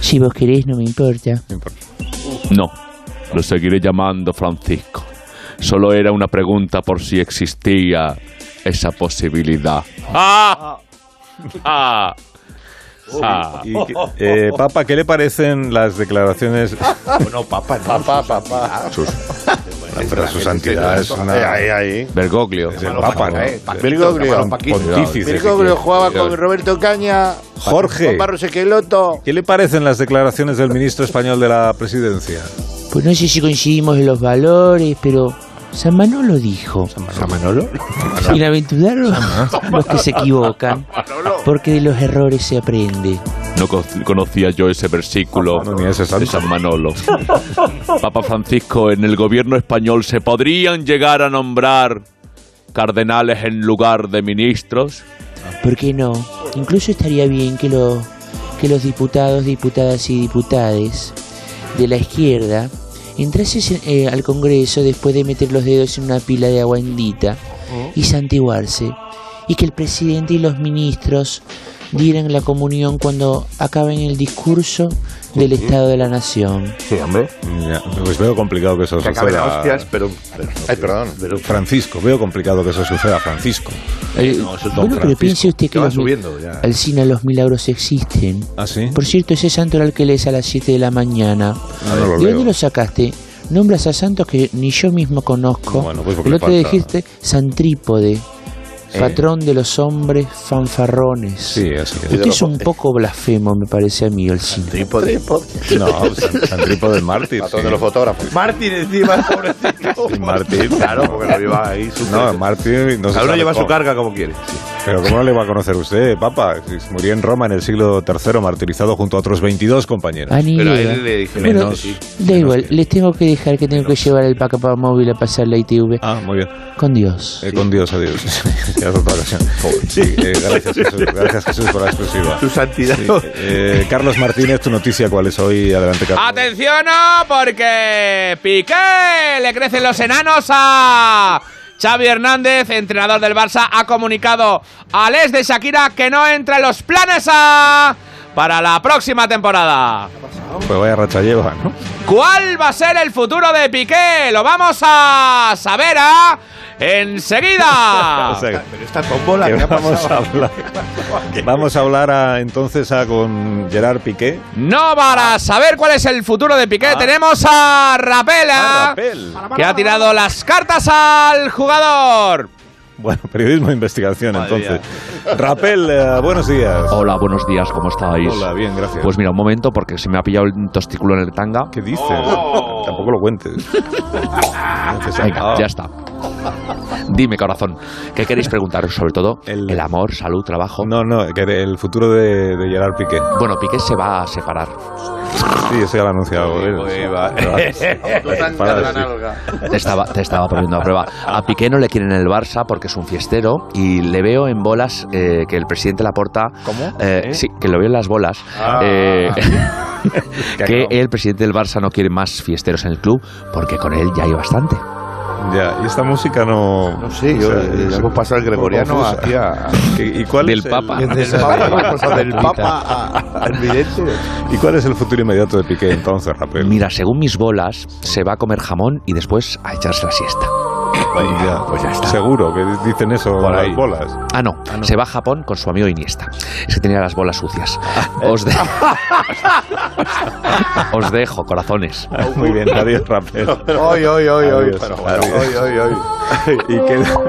Speaker 13: Si vos querés, no me importa.
Speaker 1: No importa.
Speaker 9: No, lo seguiré llamando Francisco. Solo era una pregunta por si existía esa posibilidad.
Speaker 7: ¡Ah! ¡Ah!
Speaker 9: Ah.
Speaker 1: Y que- eh, papa, ¿qué le parecen las declaraciones?
Speaker 4: Bueno, papá, papá, papá.
Speaker 1: Sus, pero su santidad es una...
Speaker 4: Ahí, ahí.
Speaker 9: Eh, Bergoglio.
Speaker 1: Es el Papa, ¿no?
Speaker 4: eh, Paquito,
Speaker 1: Bergoglio,
Speaker 4: hermano Paquito.
Speaker 1: pontífice.
Speaker 4: Virgilio jugaba
Speaker 1: Cuidado.
Speaker 4: con Roberto Caña,
Speaker 1: Jorge.
Speaker 4: con Barros Equeloto.
Speaker 1: ¿Qué le parecen las declaraciones del ministro español de la presidencia?
Speaker 13: Pues no sé si coincidimos en los valores, pero San Manolo dijo.
Speaker 1: ¿San Manolo?
Speaker 13: Bienaventurados los que se equivocan, porque de los errores se aprende.
Speaker 9: No co- conocía yo ese
Speaker 1: Ah,
Speaker 9: versículo de San Manolo. Papa Francisco, en el gobierno español se podrían llegar a nombrar cardenales en lugar de ministros.
Speaker 13: ¿Por qué no? Incluso estaría bien que, lo- que los diputados, diputadas y diputades de la izquierda entrasen eh, al Congreso después de meter los dedos en una pila de agua bendita y santiguarse. Y que el presidente y los ministros dieran la comunión cuando acaben el discurso del Estado de la Nación.
Speaker 1: Sí, hombre. pues veo complicado que eso
Speaker 4: Que acaben
Speaker 1: suceda.
Speaker 4: a hostias, pero, pero- Ay, perdón.
Speaker 1: Pero Francisco, veo complicado que eso suceda, Francisco.
Speaker 13: no, Eh, bueno, pero piense usted que los, al cine los milagros existen.
Speaker 1: ¿Ah, sí?
Speaker 13: Por cierto, ese santo era el que lees a las 7 de la mañana.
Speaker 1: Ah, no lo
Speaker 13: ¿De
Speaker 1: leo.
Speaker 13: dónde lo sacaste? Nombras a santos que ni yo mismo conozco.
Speaker 1: Bueno, pues porque
Speaker 13: el
Speaker 1: le
Speaker 13: otro día
Speaker 1: falta-
Speaker 13: dijiste Santrípode,
Speaker 1: Eh.
Speaker 13: patrón de los hombres fanfarrones.
Speaker 1: Sí, eh. así es.
Speaker 13: Usted es un poco blasfemo, me parece a mí, el cine.
Speaker 4: Trípode.
Speaker 1: No, San, San Tripo del Mártir.
Speaker 4: Patrón de los fotógrafos.
Speaker 3: Martín encima, pobrecito.
Speaker 1: El Mártir.
Speaker 3: Claro, porque lo lleva ahí. su-
Speaker 1: No, el Mártir no se
Speaker 3: Cada uno
Speaker 1: sabe
Speaker 3: lleva su
Speaker 1: cómo.
Speaker 3: carga como quiere.
Speaker 1: Pero ¿cómo no le va a conocer usted, papa? Si Murió en Roma en el siglo III, martirizado junto a otros 22 compañeros.
Speaker 13: Ah, ni idea. Bueno, da igual, les tengo que dejar que tengo que llevar el pack para móvil a pasar la ITV.
Speaker 1: Ah, muy bien.
Speaker 13: Con Dios.
Speaker 1: Eh, con Dios, adiós. Ya es otra ocasión. Sí, eh, gracias, Jesús, gracias, Jesús, por la exclusiva.
Speaker 3: Tu santidad.
Speaker 1: Sí, eh, Carlos Martínez, tu noticia, ¿cuál es hoy? Adelante, Carlos.
Speaker 7: Atención, ah, porque Piqué le crecen los enanos a Xavi Hernández, entrenador del Barça, ha comunicado al ex de Shakira que no entra en los planes ah, para la próxima temporada.
Speaker 1: Pues vaya racha lleva, ¿no?
Speaker 7: ¿Cuál va a ser el futuro de Piqué? Lo vamos a saber ah,
Speaker 5: Ah.
Speaker 7: enseguida.
Speaker 1: O sea, que-
Speaker 3: Esta tómbola
Speaker 1: que
Speaker 3: que ha
Speaker 1: vamos a
Speaker 3: pasado.
Speaker 1: hablar, vamos a hablar a- entonces a, con Gerard Piqué.
Speaker 7: No para saber cuál es el futuro de Piqué,
Speaker 1: Ah.
Speaker 7: tenemos a
Speaker 5: Ah.
Speaker 7: Rapela, que ha tirado las cartas al jugador.
Speaker 1: Bueno, periodismo de investigación, entonces. Rapel, eh, buenos días.
Speaker 5: Hola, buenos días, ¿cómo estáis?
Speaker 1: Hola, bien, gracias.
Speaker 5: Oh, Pues mira, un momento, porque se me ha pillado el testículo en el tanga.
Speaker 1: ¿Qué dices? Tampoco lo cuentes. Ah.
Speaker 5: Venga, ya está. Dime, corazón, ¿qué queréis preguntaros sobre todo? El, amor, salud, trabajo.
Speaker 1: No, no, que de- el futuro de, de Gerard Piqué.
Speaker 5: Bueno, Piqué se va a separar.
Speaker 1: Sí, eso ya lo ha anunciado. ¿eh? Para de decir.
Speaker 5: Te estaba, te estaba poniendo a prueba. A Piqué no le quieren en el Barça porque es un fiestero y le veo en bolas eh, que el presidente Laporta...
Speaker 4: ¿Cómo?
Speaker 5: eh,
Speaker 4: ¿Eh?
Speaker 5: Sí, que lo veo en las bolas.
Speaker 4: Ah.
Speaker 5: eh, que el presidente del Barça no quiere más fiesteros en el club porque con él ya hay bastante.
Speaker 1: Ya, y esta música no. No eh,
Speaker 3: sé, yo- yo hemos pasado el gregoriano aquí a-
Speaker 1: ¿Y cuál
Speaker 5: Del
Speaker 1: es el-
Speaker 5: Papa.
Speaker 1: el-
Speaker 3: Del Papa, vamos a- del Papa a- al vidente.
Speaker 1: ¿Y cuál es el futuro inmediato de Piqué entonces, Rapel?
Speaker 5: Mira, según mis bolas, se va a comer jamón y después a echarse la siesta.
Speaker 1: Ya, Seguro que dicen eso
Speaker 5: Por ahí.
Speaker 1: las bolas.
Speaker 5: Ah no, se va a Japón con su amigo Iniesta. Es que tenía las bolas sucias. Os, de- os dejo, corazones.
Speaker 1: Muy bien, adiós, Rapel.
Speaker 3: Hoy, hoy, hoy, hoy.
Speaker 1: Adiós,
Speaker 3: Pero bueno,
Speaker 1: adiós.
Speaker 3: hoy, hoy, hoy.
Speaker 1: Y queda.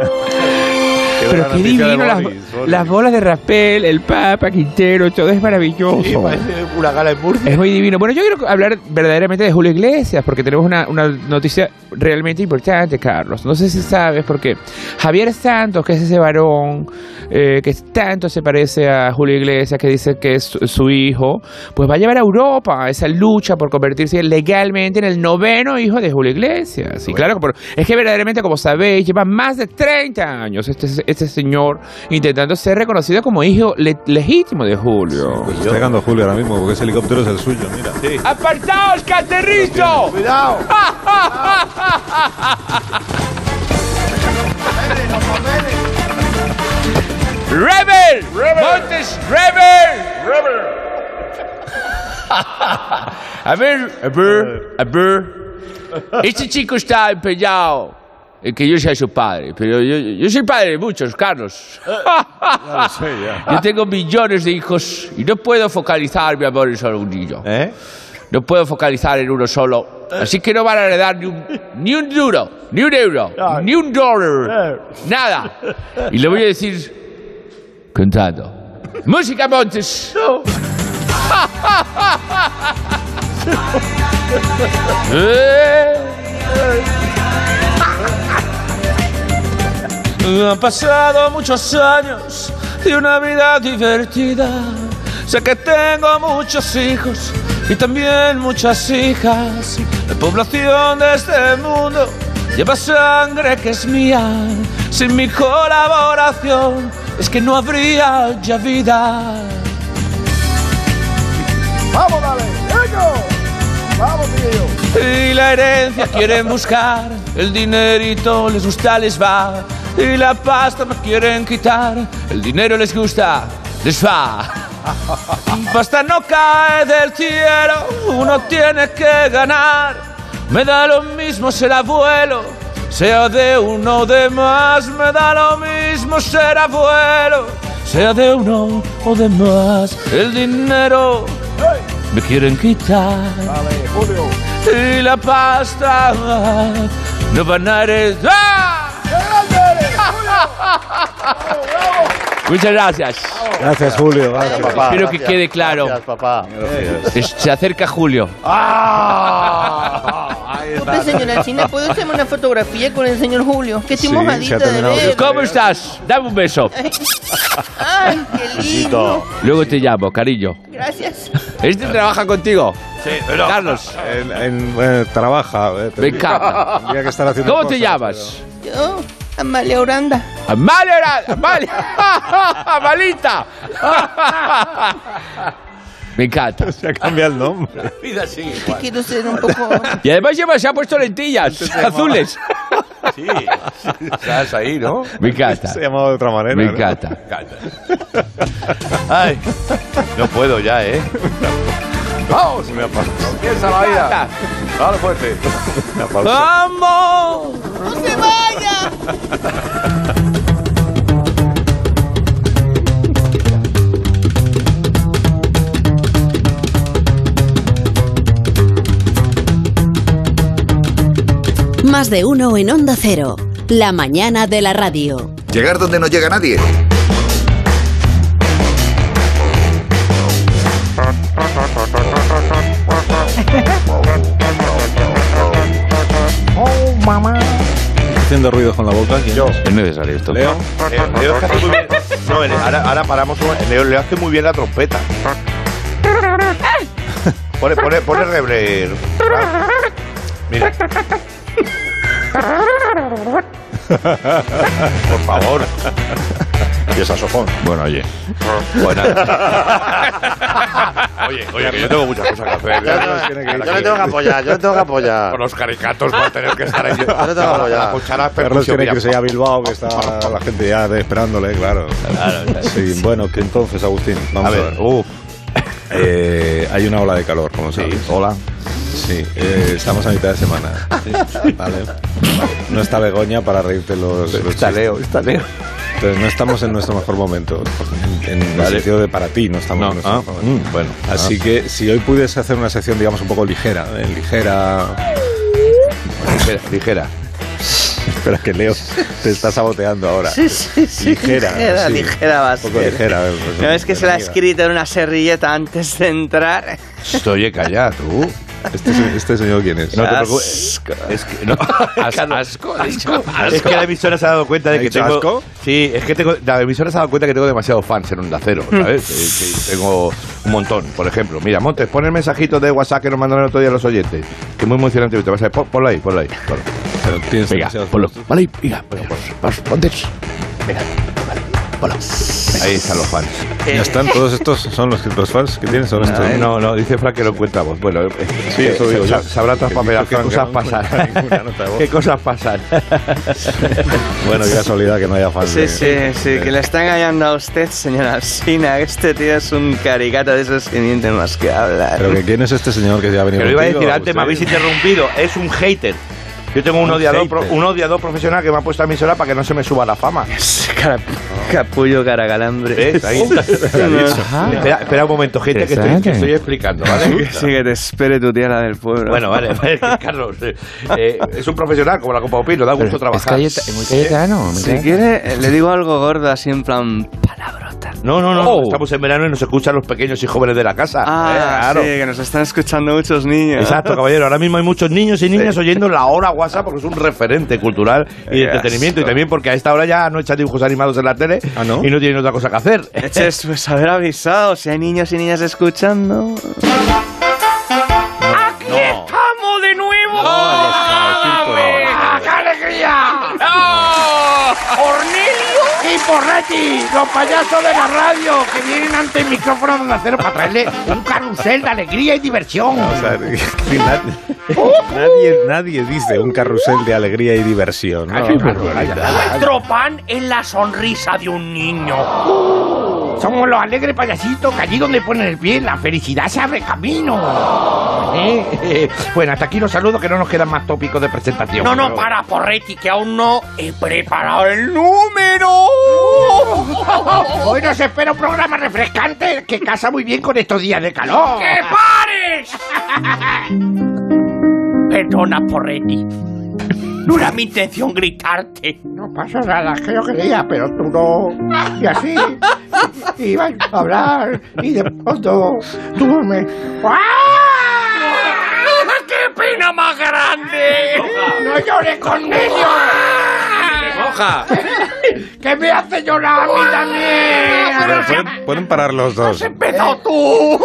Speaker 13: Pero qué divino, las, las bolas de Rapel, el Papa, Quintero, todo es maravilloso.
Speaker 3: Sí, parece una gala en Murcia.
Speaker 13: Es muy divino. Bueno, yo quiero hablar verdaderamente de Julio Iglesias, porque tenemos una, una noticia realmente importante, Carlos. No sé si sabes, porque Javier Santos, que es ese varón eh, que tanto se parece a Julio Iglesias, que dice que es su- su hijo, pues va a llevar a Europa esa lucha por convertirse legalmente en el noveno hijo de Julio Iglesias. Y claro, pero es que verdaderamente, como sabéis, lleva más de 30 años este, este señor intentando ser reconocido como hijo le- legítimo de Julio.
Speaker 1: Pues está llegando Julio ahora mismo porque ese helicóptero es el suyo, mira.
Speaker 7: ¡Apartaos, que aterrizo!
Speaker 3: ¡Cuidado!
Speaker 7: ¡Rebel! ¡Montes Rebel! ¡Rebel! A ver, a ver, a ver. Este chico está empeñado
Speaker 5: eh, que yo sea su padre, pero yo, yo soy padre de muchos, Carlos.
Speaker 7: Eh,
Speaker 5: Yo tengo millones de hijos y no puedo focalizar mi amor en solo un niño. No puedo focalizar en uno solo. Así que no van a heredar ni un, ni un duro, ni un euro, ni un dólar, nada. Y le voy a decir cantando. Música Montes. Eh.
Speaker 14: Han pasado muchos años de una vida divertida. Sé que tengo muchos hijos y también muchas hijas. La población de este mundo lleva sangre que es mía. Sin mi colaboración es que no habría ya vida.
Speaker 2: ¡Vamos, dale! ¡Venga! ¡Vamos, tío!
Speaker 14: Y la herencia quieren buscar, el dinerito les gusta, les va. Y la pasta me quieren quitar, el dinero les gusta, les va. Pasta no cae del cielo, uno tiene que ganar. Me da lo mismo ser abuelo, sea de uno o de más. Me da lo mismo ser abuelo, sea de uno o de más. El dinero me quieren quitar. Y la pasta no van a heredar.
Speaker 5: Muchas gracias.
Speaker 1: Gracias, Julio. Gracias,
Speaker 5: Espero que quede claro. Es- Se acerca Julio.
Speaker 7: Disculpe, señora China, ¿puedo hacerme una fotografía con el señor Julio? Que estoy mojadita de ver.
Speaker 5: ¿Cómo estás? Dame un beso.
Speaker 7: Ay, qué lindo.
Speaker 5: Luego te llamo, cariño.
Speaker 7: Gracias.
Speaker 5: ¿Este trabaja contigo?
Speaker 1: Sí, pero-
Speaker 5: Carlos.
Speaker 1: En- en- eh, trabaja. eh,
Speaker 5: Me encanta.
Speaker 1: tendría que estar haciendo
Speaker 5: ¿Cómo te
Speaker 1: cosas,
Speaker 5: llamas?
Speaker 7: Yo, Amalia Oranda.
Speaker 5: Amalia Oranda, Amalia. Amalita. Me encanta.
Speaker 1: Se ha cambiado el nombre.
Speaker 7: Vida sigue igual. Quiero ser un poco...
Speaker 5: Y además lleva, se ha puesto lentillas
Speaker 7: se llamaba-
Speaker 5: azules.
Speaker 7: Sí.
Speaker 3: Estás ahí, ¿no?
Speaker 5: Me encanta.
Speaker 1: Se llamaba de otra manera.
Speaker 5: Me
Speaker 1: ¿no?
Speaker 5: encanta.
Speaker 3: Ay, no puedo ya, ¿eh? Vamos. Piensa la vida. Claro, fuerte.
Speaker 14: ¡Vamos!
Speaker 7: ¡No se vaya!
Speaker 12: Más de uno en Onda Cero. La mañana de la radio.
Speaker 9: Llegar donde no llega nadie.
Speaker 2: ¡Oh, mamá!
Speaker 1: Haciendo ruidos con la boca. Yo.
Speaker 15: Es necesario esto.
Speaker 1: Leo.
Speaker 3: Leo, Leo Eh, es que hace muy bien. No, el- ahora, ahora paramos. un- Leo, Leo hace muy bien la trompeta. Pone, pone, pone rebre. Mira. Por favor. Y el saxofón.
Speaker 15: Bueno, oye.
Speaker 3: Bueno.
Speaker 8: Oye,
Speaker 3: Oye, que yo tengo muchas cosas que hacer.
Speaker 4: Yo no- yo le tengo que apoyar, yo le tengo que apoyar.
Speaker 3: Con los caricatos voy a tener que estar ahí. Yo
Speaker 4: Yo le tengo que apoyar.
Speaker 1: Carlos tiene que irse
Speaker 3: se
Speaker 1: ya a Bilbao, que está la gente ya de- esperándole, claro. Sí, bueno, que entonces, Agustín, vamos a ver. Eh, hay una ola de calor, como sabes.
Speaker 15: Hola.
Speaker 1: Sí, eh, estamos a mitad de semana. Vale. No está Begoña para reírte los. está Leo, está Leo. Entonces no estamos en nuestro mejor momento. En el
Speaker 15: Vale.
Speaker 1: sentido de para ti, no estamos en nuestro
Speaker 15: Ah,
Speaker 1: mejor momento.
Speaker 15: mm, bueno.
Speaker 1: Así
Speaker 15: Ah.
Speaker 1: que si hoy pudiese hacer una sección, digamos, un poco ligera, eh, ligera. Ligera. Espera, que Leo te está saboteando ahora.
Speaker 16: Sí, sí, sí.
Speaker 1: Ligera.
Speaker 16: Ligera,
Speaker 1: sí.
Speaker 16: ligera va a
Speaker 1: Un poco
Speaker 16: ser.
Speaker 1: ligera. eh, pues,
Speaker 16: No es que se la ha
Speaker 1: amiga.
Speaker 16: escrito en una serrilleta antes de entrar.
Speaker 3: Oye, calla, tú.
Speaker 1: Este, se- este señor quién es.
Speaker 3: No te preocupes. Es que, no.
Speaker 5: asco, ha dicho.
Speaker 3: Es que la emisora se ha dado cuenta de
Speaker 1: ¿Ha
Speaker 3: que
Speaker 1: dicho
Speaker 3: tengo.
Speaker 1: asco?
Speaker 3: Sí, es que tengo, la emisora se ha dado cuenta que tengo demasiados fans en Onda Cero,
Speaker 1: Mm.
Speaker 3: ¿sabes? Que- que tengo un montón, por ejemplo. Mira, Montes, pon el mensajito de WhatsApp que nos mandaron el otro día los oyentes. Que es muy emocionante. Te vas a ver. Pon- Ponlo ahí, ponlo ahí. Ponlo.
Speaker 1: Venga,
Speaker 3: ponlo. Vale, venga, venga, vas, Montes. Venga, vale, ponlo. Ahí están los fans.
Speaker 16: Eh.
Speaker 1: Ya están, todos estos son los, los fans que tienes. Son estos.
Speaker 3: Ah, no, no, dice Frank que lo encontramos. Bueno, eh,
Speaker 1: Sí, eso
Speaker 3: eh,
Speaker 1: digo
Speaker 3: sa-
Speaker 1: yo.
Speaker 3: Sabrá otras
Speaker 1: Que
Speaker 3: papelas,
Speaker 1: dice
Speaker 3: qué
Speaker 1: Frank que
Speaker 3: cosas
Speaker 1: no
Speaker 3: pasan.
Speaker 1: encuentra ninguna nota de voz.
Speaker 3: Qué cosas pasan.
Speaker 1: Bueno, qué casualidad que no haya fans.
Speaker 16: Sí,
Speaker 1: de-
Speaker 16: sí, sí,
Speaker 1: de-
Speaker 16: que le está engañando a usted, señora Alsina. Este tío es un caricata de esos que mienten más que hablar.
Speaker 1: Pero que quién es este señor que ya ha venido
Speaker 3: Pero iba a
Speaker 1: contigo,
Speaker 3: decir antes, me
Speaker 1: Agustín?
Speaker 3: habéis interrumpido. Es un hater. Yo tengo un
Speaker 9: Un
Speaker 3: odiador,
Speaker 9: hater.
Speaker 3: pro- un odiador profesional que me ha puesto a mi sola para que no se me suba la fama.
Speaker 17: Capullo caragalambre.
Speaker 3: ¿Ves? Ahí está. Ajá. Espera- espera un momento, gente, que estoy- que estoy explicando, ¿vale?
Speaker 17: Sí, que te espere tu tía la del pueblo.
Speaker 3: Bueno, vale, vale, que Carlos. eh, eh, es un profesional como la Copa Opino, da gusto trabajar.
Speaker 6: cayeta- es este- muy cayetano, muy
Speaker 17: Si
Speaker 6: cayetano.
Speaker 17: quiere, eh, le digo algo gordo así en plan palabrota.
Speaker 3: No, no, no, no, estamos en verano y nos escuchan los pequeños y jóvenes de la casa.
Speaker 17: Oh. Ah,
Speaker 3: Eh, claro.
Speaker 17: sí, que nos están escuchando muchos niños.
Speaker 3: Exacto, caballero. Ahora mismo hay muchos niños y niñas oyendo la hora WhatsApp porque es un referente cultural y de
Speaker 17: Qué
Speaker 3: entretenimiento. Y
Speaker 17: asco.
Speaker 3: también porque a esta hora ya no echan dibujos animados en la tele
Speaker 17: Ah,
Speaker 3: y no tienen otra cosa que hacer.
Speaker 17: Eches, pues haber avisado si hay niños y niñas escuchando.
Speaker 14: ¡Aquí estamos de nuevo! ¡Ah, qué alegría! ¡Oh!
Speaker 7: ¡Cornelio! ¡Y Porretti! ¡Los payasos de la radio que vienen ante el micrófono de acero para traerle un carrusel de alegría y diversión!
Speaker 1: O sea, que na- nadie, nadie dice un carrusel de alegría y diversión.
Speaker 3: Ah,
Speaker 1: No, no, no, vaya, vaya.
Speaker 7: Nuestro pan es la sonrisa de un niño. Somos los alegres payasitos que allí donde ponen el pie la felicidad se abre camino. ¿Eh? Bueno, hasta aquí los saludos que no nos quedan más tópicos de presentación.
Speaker 18: No, no,
Speaker 7: Pero-
Speaker 18: para, Porretti, que aún no he preparado el número.
Speaker 7: Hoy nos espera un programa refrescante que casa muy bien con estos días de calor.
Speaker 18: ¡Que pares! Perdona, Porretti. No era mi intención gritarte.
Speaker 7: No pasa nada, es que yo quería, pero tú no. Y así iba a hablar y de pronto tú me.
Speaker 18: ¡Qué pena más grande!
Speaker 7: ¡No llores, Cornelio!
Speaker 18: ¡Moja!
Speaker 7: ¡Que me hace llorar a mí
Speaker 1: A
Speaker 7: también!
Speaker 1: ver, ¿pueden, pueden parar los dos.
Speaker 7: ¡Pero tú!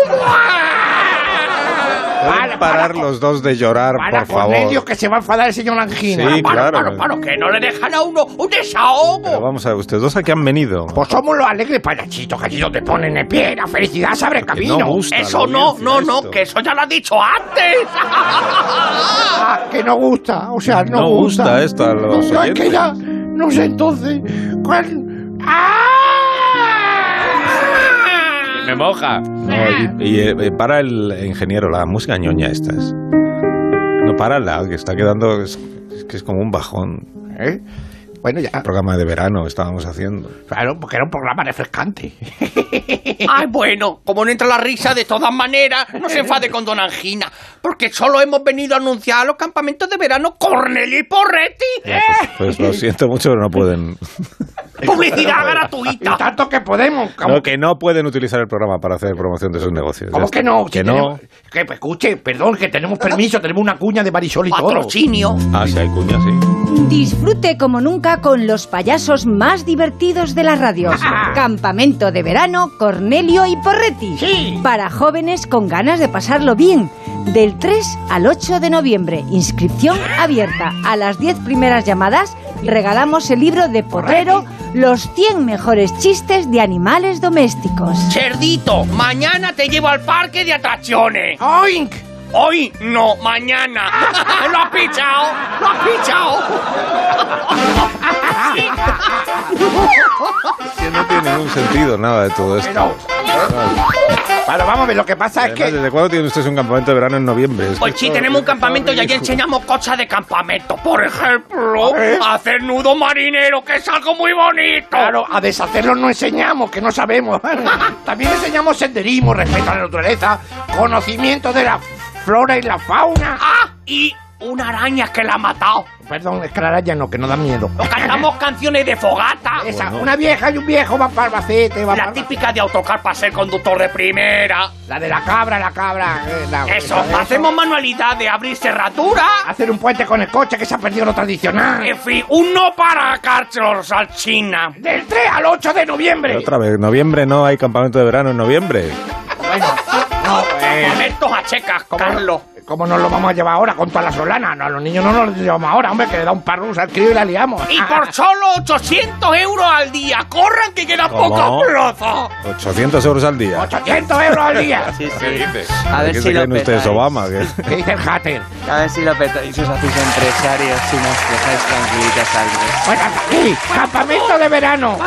Speaker 1: Pueden parar los dos de llorar, por favor.
Speaker 7: que se va a enfadar el señor Langino.
Speaker 1: Sí, claro.
Speaker 18: que no le dejan a uno un desahogo.
Speaker 1: Pero vamos a ver, ustedes dos aquí han venido.
Speaker 7: Pues somos los alegres payasitos que allí donde ponen el pie, la felicidad se abre
Speaker 1: Porque
Speaker 7: camino.
Speaker 1: no gusta
Speaker 18: Eso
Speaker 1: la
Speaker 18: no,
Speaker 1: audiencia
Speaker 18: no,
Speaker 1: esto.
Speaker 18: no, que eso ya lo ha dicho antes.
Speaker 7: Ah, que no gusta, o sea, no,
Speaker 1: No gusta eh, esto a los
Speaker 7: No, es
Speaker 1: oyentes.
Speaker 7: que ya, no sé entonces, ¿cuál? ¡Ah!
Speaker 11: Me moja.
Speaker 1: No, y, y, eh, para el ingeniero, la música ñoña esta es. No, párala, que está quedando... Es, es que es como un bajón.
Speaker 7: Bueno, ya.
Speaker 1: programa de verano estábamos haciendo.
Speaker 7: Claro, porque era un programa refrescante.
Speaker 18: Ay, bueno, como no entra la risa, de todas maneras, no se enfade con Don Angina, porque solo hemos venido a anunciar a los campamentos de verano Cornelio y Porretti. ¿eh?
Speaker 1: Pues lo siento mucho, pero no pueden...
Speaker 18: Publicidad gratuita.
Speaker 7: tanto que podemos,
Speaker 1: No, que no pueden utilizar el programa para hacer promoción de sus negocios.
Speaker 7: ¿Cómo
Speaker 1: Ya está.
Speaker 7: que no? Si
Speaker 1: Que no.
Speaker 7: tenemos- Que pues, escuche, perdón, que tenemos permiso, tenemos una cuña de Marisol y todo.
Speaker 18: Patrocinio.
Speaker 1: Ah, sí, hay cuña, sí.
Speaker 19: Disfrute como nunca con los payasos más divertidos de las radios. Campamento de verano Cornelio y Porretti. Para jóvenes con ganas de pasarlo bien. Del 3 al 8 de noviembre. Inscripción abierta. A las 10 primeras llamadas regalamos el libro de Porrero, Los 100 mejores chistes de animales domésticos.
Speaker 18: Cerdito, mañana te llevo al parque de atracciones. ¡Oink! Hoy no, mañana. lo has pichado, lo has pichado.
Speaker 1: Que no tiene ningún sentido nada de todo esto.
Speaker 7: Bueno, vamos a ver, lo que pasa es
Speaker 1: Además,
Speaker 7: que...
Speaker 1: ¿Desde cuándo tienen ustedes un campamento de verano en noviembre? Es que
Speaker 18: Pues sí,
Speaker 1: esto-
Speaker 18: tenemos un campamento y allí enseñamos cosas de campamento. Por ejemplo, hacer nudo marinero, que es algo muy bonito.
Speaker 7: Claro, a deshacerlo no enseñamos, que no sabemos. También enseñamos senderismo, respeto a la naturaleza, conocimiento de la flora y la fauna.
Speaker 18: ¡Ah! Y una araña que la ha matado.
Speaker 7: Perdón, es que la araña no, que no da miedo.
Speaker 18: Cantamos canciones de fogata.
Speaker 7: Esa, una vieja y un viejo van para Albacete, van
Speaker 18: La típica de autocar para ser conductor de primera.
Speaker 7: La de la cabra, la cabra. eh, la-
Speaker 18: Eso,
Speaker 7: esa-
Speaker 18: hacemos manualidad de abrir cerradura.
Speaker 7: Hacer un puente con el coche que se ha perdido lo tradicional.
Speaker 18: En fin, un no para Carlos Salchina.
Speaker 7: Del 3 al 8 de noviembre.
Speaker 1: Pero otra vez, noviembre no hay campamento de verano en noviembre.
Speaker 18: No, Momentos a checas, Carlos.
Speaker 7: ¿Cómo nos lo vamos a llevar ahora con toda la solana? No, a los niños no nos los llevamos ahora, hombre, que le da un parrus al crío y la liamos. Ah,
Speaker 18: Y por solo 800 euros al día. ¡Corran que quedan
Speaker 1: ¿Cómo?
Speaker 18: pocos plazos!
Speaker 1: 800 euros al día.
Speaker 7: 800 euros al día.
Speaker 17: Sí, sí.
Speaker 1: ¿De
Speaker 17: A ver
Speaker 1: qué
Speaker 17: si
Speaker 1: se
Speaker 17: lo
Speaker 1: creen ustedes,
Speaker 17: petáis.
Speaker 1: Obama? que-
Speaker 7: ¿Qué dice el hater?
Speaker 17: A ver si lo petáis, os hacéis empresarios y nos dejáis tranquilitas al mes.
Speaker 7: Bueno, hasta aquí, campamento de verano.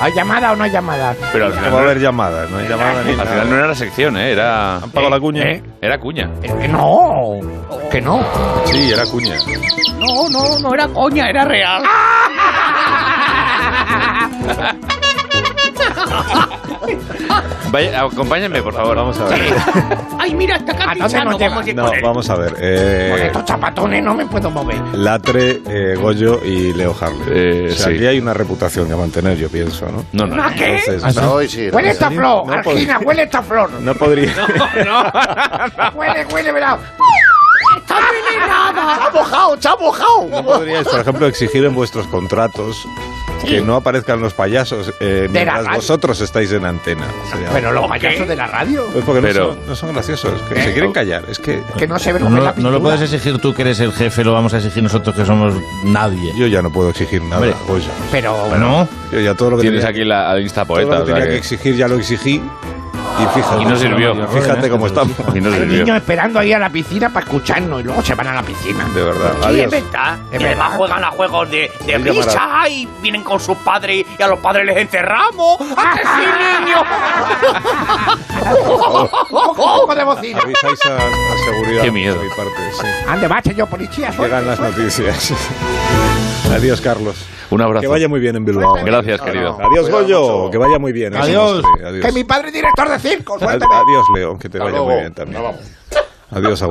Speaker 7: ¿Hay llamada o no hay llamada?
Speaker 9: Pero al final,
Speaker 1: Va a
Speaker 9: no,
Speaker 1: haber llamadas, no hay llamadas ni
Speaker 9: al
Speaker 1: nada.
Speaker 9: final no era la sección, ¿eh? Era. ¿Han
Speaker 1: pagado la cuña?
Speaker 9: Era cuña.
Speaker 7: Es que no, que no.
Speaker 1: Sí, era cuña.
Speaker 18: No, no, no era coña, era real.
Speaker 9: Vaya, acompáñenme, por favor.
Speaker 1: Vamos a ver.
Speaker 18: Ay, mira, está Catichano. Vamos a ir
Speaker 1: No,
Speaker 18: con él.
Speaker 1: vamos a ver. eh,
Speaker 7: Con estos zapatones no me puedo mover.
Speaker 1: Latre, eh, Goyo y Leo Harley. o sea,
Speaker 9: Eh, sí.
Speaker 1: aquí hay una reputación que mantener, yo pienso, ¿no? No,
Speaker 7: no. ¿Ah, qué? Hasta hoy Huele esta flor,
Speaker 1: No, pod-
Speaker 7: Argina, huele esta flor.
Speaker 1: no podría.
Speaker 7: Huele, huele, verá. ¡Está envenenada! ¡Está mojado, está mojado!
Speaker 1: No podríais, por ejemplo, exigir en vuestros contratos que no aparezcan los payasos eh,
Speaker 7: De la
Speaker 1: mientras
Speaker 7: radio.
Speaker 1: vosotros estáis en antena. Se llama.
Speaker 7: Pero los payasos de la radio.
Speaker 1: Pues porque no
Speaker 7: Pero-
Speaker 1: son- no, son, graciosos, que se quieren callar. Es que,
Speaker 7: Que no se ve
Speaker 6: No,
Speaker 7: lo que es
Speaker 6: lo-
Speaker 7: la
Speaker 6: no
Speaker 7: pintura.
Speaker 6: lo puedes exigir tú que eres el jefe, lo vamos a exigir nosotros que somos nadie.
Speaker 1: Yo ya no puedo exigir nada. Goyo.
Speaker 7: Pero
Speaker 6: bueno,
Speaker 1: yo ya todo lo que
Speaker 9: Tienes
Speaker 1: tenía-
Speaker 9: aquí la, al Insta
Speaker 1: todo lo
Speaker 9: poeta.
Speaker 1: que tenía que exigir ya lo exigí y fíjate.
Speaker 9: Y no sirvió.
Speaker 1: Fíjate cómo estamos.
Speaker 9: Y no
Speaker 7: Hay
Speaker 9: sirvió.
Speaker 7: niños esperando ahí a la piscina para escucharnos y luego se van a la piscina.
Speaker 1: De verdad.
Speaker 7: Sí,
Speaker 1: Adiós.
Speaker 7: es verdad.
Speaker 18: Y
Speaker 7: Es
Speaker 18: además
Speaker 7: verdad.
Speaker 18: juegan a juegos de, de
Speaker 1: Mira,
Speaker 18: risa
Speaker 1: para-
Speaker 18: y vienen con sus padres y a los padres les enterramos. ¡A que sí, niño!
Speaker 7: Un poco de bocina.
Speaker 1: Avisáis a, a seguridad Qué miedo. de mi parte. sí.
Speaker 7: Ande, va, señor policía. suelta,
Speaker 1: Llegan las
Speaker 7: suelta.
Speaker 1: noticias. Adiós, Carlos.
Speaker 9: Un abrazo.
Speaker 1: Que vaya muy bien en Bilbao.
Speaker 9: Gracias, querido.
Speaker 1: Adiós, Goyo. Que vaya muy bien. Eso
Speaker 7: Adiós.
Speaker 1: más que- Adiós.
Speaker 7: Que mi padre es director de circo.
Speaker 1: Ad-
Speaker 7: Suéltame.
Speaker 1: Adiós, Leo. Que te vaya muy bien también. Adiós, Agustín.